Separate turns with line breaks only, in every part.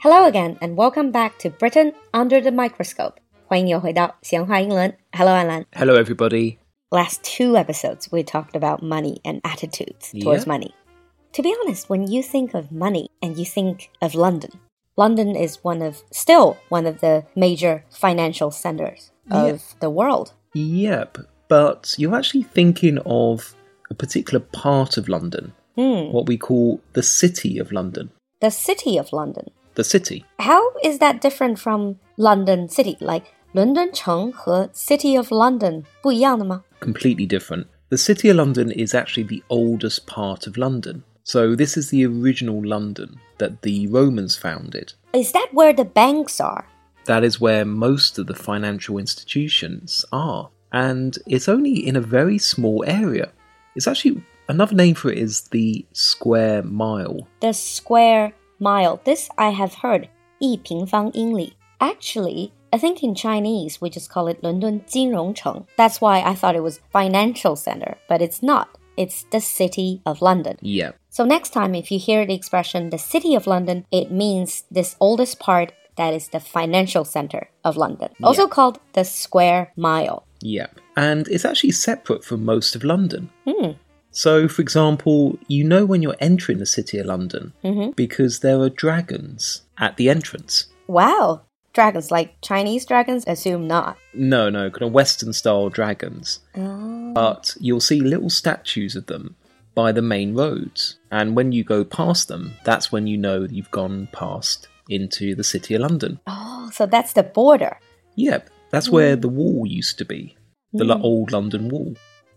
Hello again and welcome back to Britain under the microscope. 欢迎又回到闲话英伦。Hello, Alan.
Hello, everybody.
Last two episodes, we talked about money and attitudes towards
Yeah.
money. To be honest, when you think of money and you think of London, London is one of, still one of the major financial centers
Yeah.
of the world.
Yep, but you're actually thinking of a particular part of London,
Hmm.
what we call the City of London.
The city of London.
The City.
How is that different from London City? Like, 伦敦城和 City of London 不一样的吗？
Completely different. The City of London is actually the oldest part of London. So this is the original London that the Romans founded.
Is that where the banks are?
That is where most of the financial institutions are. And it's only in a very small area. It's actually another name for it is the square mile.
The square mile. This I have heard. 一平方英里. Actually, I think in Chinese we just call it 伦敦金融城. That's why I thought it was financial center, but it's not. It's the city of London.
Yeah.
So next time if you hear the expression the city of London, it means this oldest part that is the financial center of London. Also called the square mile.
Yep. And it's actually separate from most of London.
Hmm.
So, for example, you know when you're entering the City of London
Mhm.
because there are dragons at the entrance.
Wow. Dragons like Chinese dragons assume not.
No, no, kind of Western style dragons.
Oh.
But you'll see little statues of them by the main roads. And when you go past them, that's when you know you've gone past into the City of London.
oh, so that's the border.
Yep, that's where the wall used to be the lo-
Mm.
old London Wall.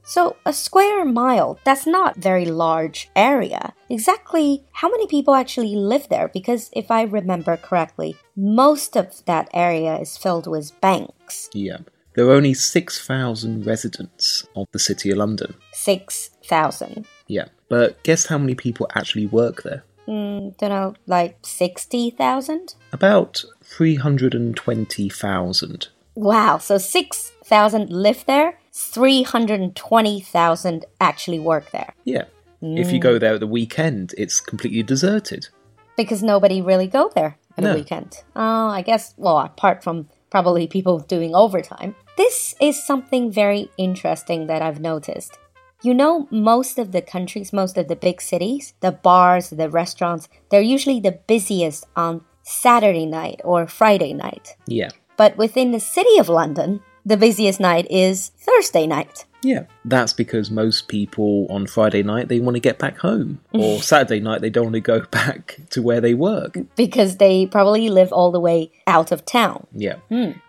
So, a square mile, that's not very large area. Exactly how many people actually live there? Because if I remember correctly, most of that area is filled with banks.
Yeah. There are only 6,000 residents of the City of London.
6,000.
Yeah. But guess how many people actually work there?
Mm, don't know, like 60,000?
About 320,000.
Wow, so 6,000 live there, 320,000 actually work there.
Yeah. If you go there at the weekend, it's completely deserted.
Because nobody really go there on the
No.
weekend. Oh, I guess, well, apart from probably people doing overtime. This is something very interesting that I've noticed. You know, most of the countries, most of the big cities, the bars, the restaurants, they're usually the busiest on Saturday night or Friday night.
Yeah.
But within the city of London, the busiest night is Thursday night.
Yeah. That's because most people on Friday night they want to get back home or Saturday night they don't want to go back to where they work.
because they probably live all the way out of town.
Yeah.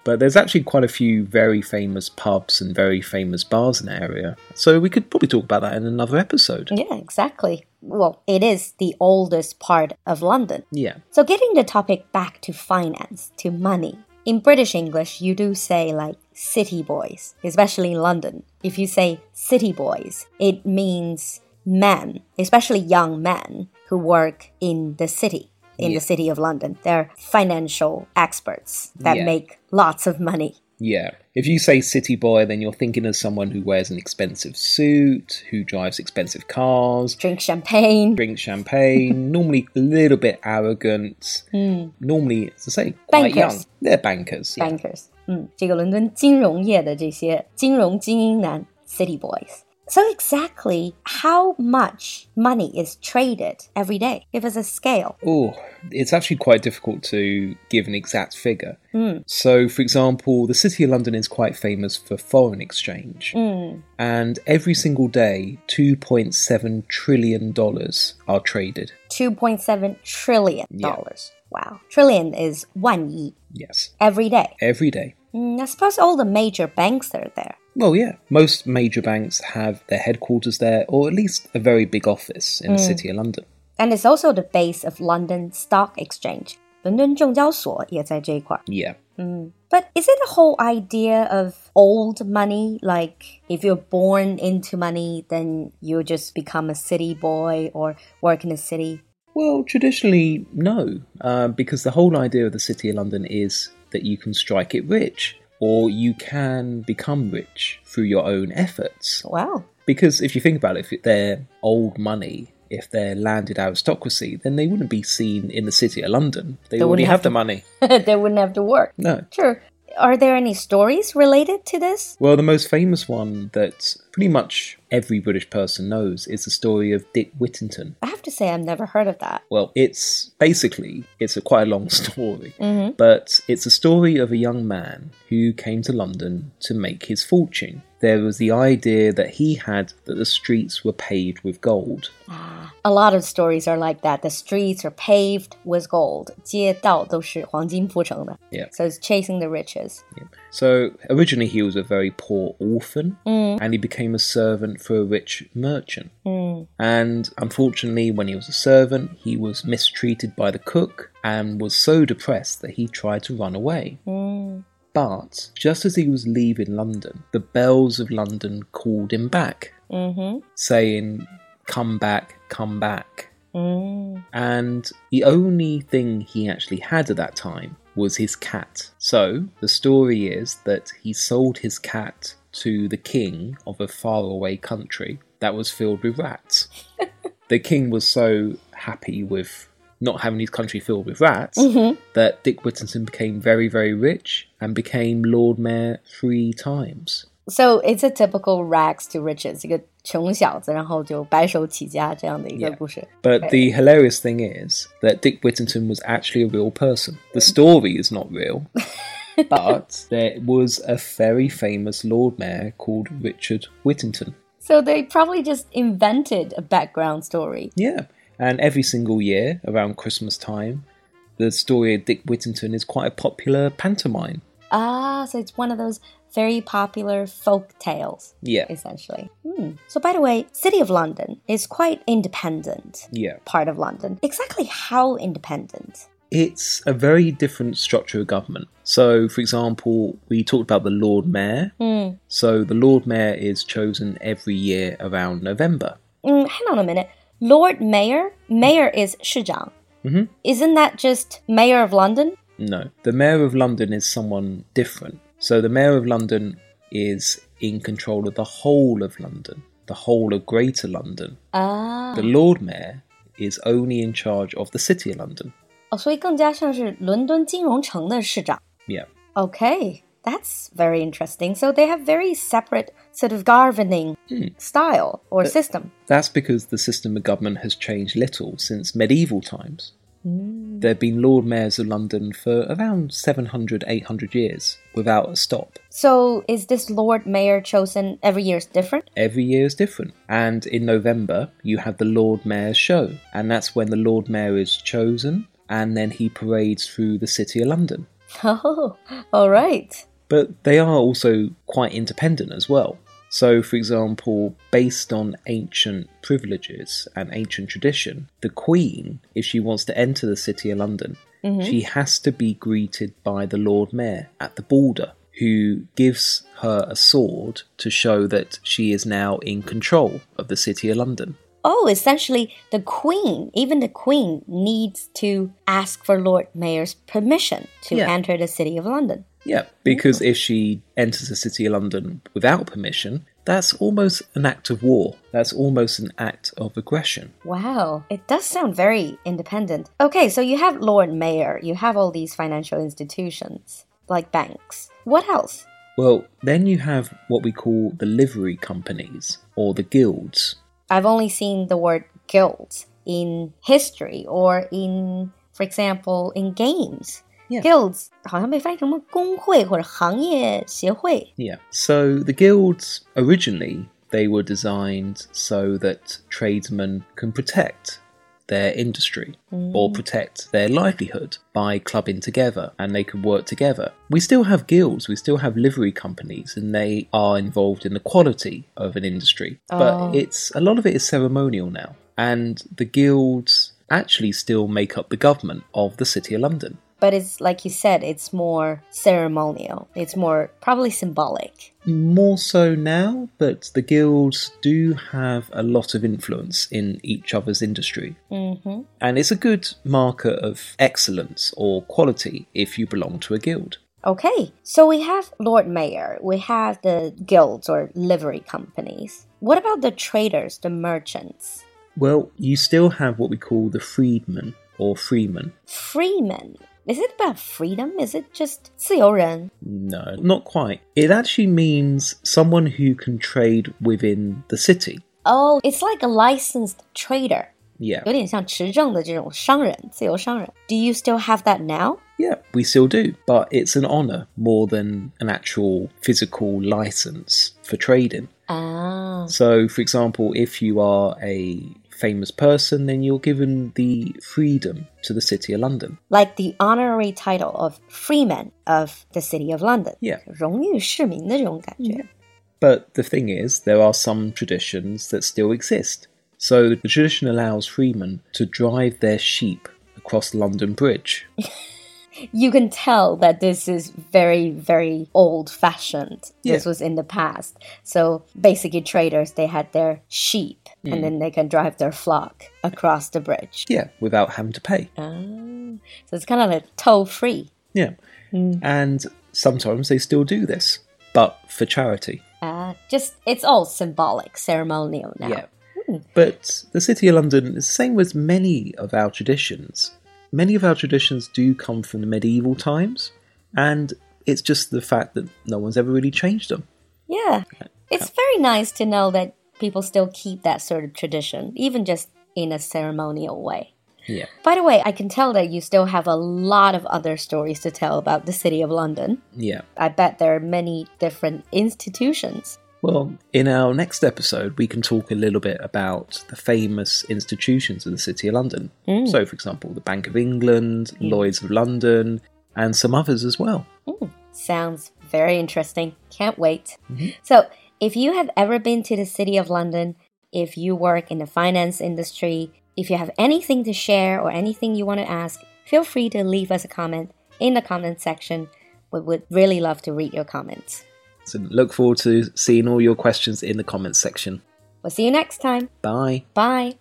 But there's actually quite a few very famous pubs and very famous bars in the area. So we could probably talk about that in another episode.
Yeah, exactly. Well, it is the oldest part of London.
Yeah.
So, getting the topic back to finance, to money. In British English, you do say like city boys, especially in London. If you say city boys, it means men, especially young men who work in the city, in the
Yeah.
city of London. They're financial experts that
Yeah.
make lots of money.
Yeah. If you say city boy, then you're thinking of someone who wears an expensive suit, who drives expensive cars,
Drink champagne,
drinks champagne, normally a little bit arrogant. Normally, as I say, quite
Bankers.
young. They're bankers. Yeah.
bankers，嗯，这个伦敦金融业的这些金融精英男 city boys。So exactly how much money is traded every day? Give us a scale.
Oh, it's actually quite difficult to give an exact figure. So, for example, the City of London is quite famous for foreign exchange. And every single day, $2.7 trillion are traded.
Two point seven trillion
Yeah.
dollars. Wow, trillion is 万亿
Yes.
every day.
Every day.
Mm, I suppose all the major banks are there.
Well, yeah. Most major banks have their headquarters there, or at least a very big office in the
Hmm.
City of London.
And it's also the base of London Stock Exchange. 伦敦证交所也在这一块儿。
Yeah.
Mm. But is it the whole idea of old money? Like, if you're born into money, then you just become a city boy or work in a city?
Well, traditionally, no, uh, because the whole idea of the City of London is that you can strike it rich, or you can become rich through your own efforts.
Wow.
Because if you think about it, if they're old money, if they're landed aristocracy, then they wouldn't be seen in the city of London. They,
They
already
wouldn't have
have, the money.
they wouldn't have to work.
No.
True. Are there any stories related to this?
Well, the most famous one that pretty much every British person knows is the story of Dick Whittington.
I have to say, I've never heard of that.
Well, it's basically it's a quite a long story, but it's a story of a young man who came to London to make his fortune. There was the idea that he had that the streets were paved with gold.
A lot of stories are like that. The streets are paved with gold. 街道都是黄金铺成的.
Yeah.
So it's chasing the riches.
So originally he was a very poor orphan, and he became a servant for a rich merchant. And unfortunately, when he was a servant, he was mistreated by the cook and was so depressed that he tried to run away. But just as he was leaving London, the bells of London called him back,
Mm-hmm.
saying, Come back, come back.
Mm.
And the only thing he actually had at that time was his cat. So the story is that he sold his cat to the king of a faraway country that was filled with rats. the king was so happy with not having his country filled with rats that Dick Whittington became very, very rich and became Lord Mayor three times.
So it's a typical rags to riches. 一个穷小子，然后就白手起家这样的一个
Yeah.
故事。
But the hilarious thing is that Dick Whittington was actually a real person. The story is not real, but there was a very famous Lord Mayor called Richard Whittington.
So they probably just invented a background story.
Yeah, and every single year around Christmas time, the story of Dick Whittington is quite a popular pantomime.
Ah, so it's one of those very popular folk tales,
Yeah,
essentially. Hmm. So, by the way, City of London is quite independent
yeah.
part of London. Exactly how independent?
It's a very different structure of government. So, for example, we talked about the Lord Mayor. So, the Lord Mayor is chosen every year around November.
Mm, hang on a minute. Lord Mayor? Mayor is 市长.
Mhm.
Isn't that just Mayor of London?
No. The Mayor of London is someone different. So the Mayor of London is in control of the whole of London, the whole of Greater London.
Ah.
The Lord Mayor is only in charge of the City of London.
哦，所以更加像是伦敦金融城的市长。
Yeah.
Okay, that's very interesting. So they have very separate sort of governing style or system.
That's because the system of government has changed little since medieval times. There have been Lord Mayors of London for around 700, 800 years without a stop.
So is this Lord Mayor chosen every year is different?
Every year is different. And in November, you have the Lord Mayor's show, and that's when the Lord Mayor is chosen and then he parades through the city of London.
Oh, all right.
But they are also quite independent as well. So, for example, based on ancient privileges and ancient tradition, the Queen, if she wants to enter the city of London, she has to be greeted by the Lord Mayor at the border, who gives her a sword to show that she is now in control of the city of London.
Oh, essentially, the Queen, even the Queen, needs to ask for Lord Mayor's permission to
Yeah.
enter the City of London.
Yeah, because if she enters the city of London without permission, that's almost an act of war. That's almost an act of aggression.
Wow, it does sound very independent. Okay, so you have Lord Mayor, you have all these financial institutions like banks. What else?
Well, then you have what we call the livery companies or the guilds.
I've only seen the word guilds in history or in, for example, in games.
Yeah.
Guilds 好像被翻译成什么工会或者行业协会。
Yeah. So the guilds originally they were designed so that tradesmen can protect their industry or protect their livelihood by clubbing together and they can work together. We still have guilds, we still have livery companies and they are involved in the quality of an industry.
Oh.
But it's a lot of it is ceremonial now. And the guilds actually still make up the government of the City of London.
But it's like you said, it's more ceremonial. It's more probably symbolic.
More so now, but the guilds do have a lot of influence in each other's industry.
Mm-hmm.
And it's a good marker of excellence or quality if you belong to a guild.
Okay, so we have Lord Mayor, we have the guilds or livery companies. What about the traders, the merchants?
Well, you still have what we call the freedman or freeman.
Freeman. Is it about freedom? Is it just 自由人?
No, not quite. It actually means someone who can trade within the city.
Oh, it's like a licensed trader.
Yeah.
有点像持证的这种商人，自由商人。Do you still have that now?
Yeah, we still do, but it's an honor more than an actual physical license for trading.
Ah,
So, for example, if you are a famous person, then you're given the freedom to the City of London.
like the honorary title of freeman of the city of London.
Yeah. Mm-hmm.
荣誉市民的这种感觉。
But the thing is, there are some traditions that still exist. So, the tradition allows freemen to drive their sheep across London Bridge.
You can tell that this is very, very old fashioned. This
Yeah.
was in the past. So basically, traders, they had their sheep and then they can drive their flock across the bridge.
Yeah, without having to pay.
Ah, so it's kind of like toll free.
Yeah. And sometimes they still do this, but for charity.
Uh, just it's all symbolic, ceremonial now.
Yeah. But the City of London is the same with many of our traditions. Many of our traditions do come from the medieval times, and it's just the fact that no one's ever really changed them.
Yeah. It's very nice to know that people still keep that sort of tradition, even just in a ceremonial way.
Yeah.
By the way, I can tell that you still have a lot of other stories to tell about the City of London.
Yeah.
I bet there are many different institutions.
Well, in our next episode, we can talk a little bit about the famous institutions of the City of London. So, for example, the Bank of England, Lloyds of London, and some others as well.
Sounds very interesting. Can't wait. So, if you have ever been to the City of London, if you work in the finance industry, if you have anything to share or anything you want to ask, feel free to leave us a comment in the comment section. We would really love to read your comments.
So, look forward to seeing all your questions in the comments section.
We'll see you next time.
Bye.
Bye.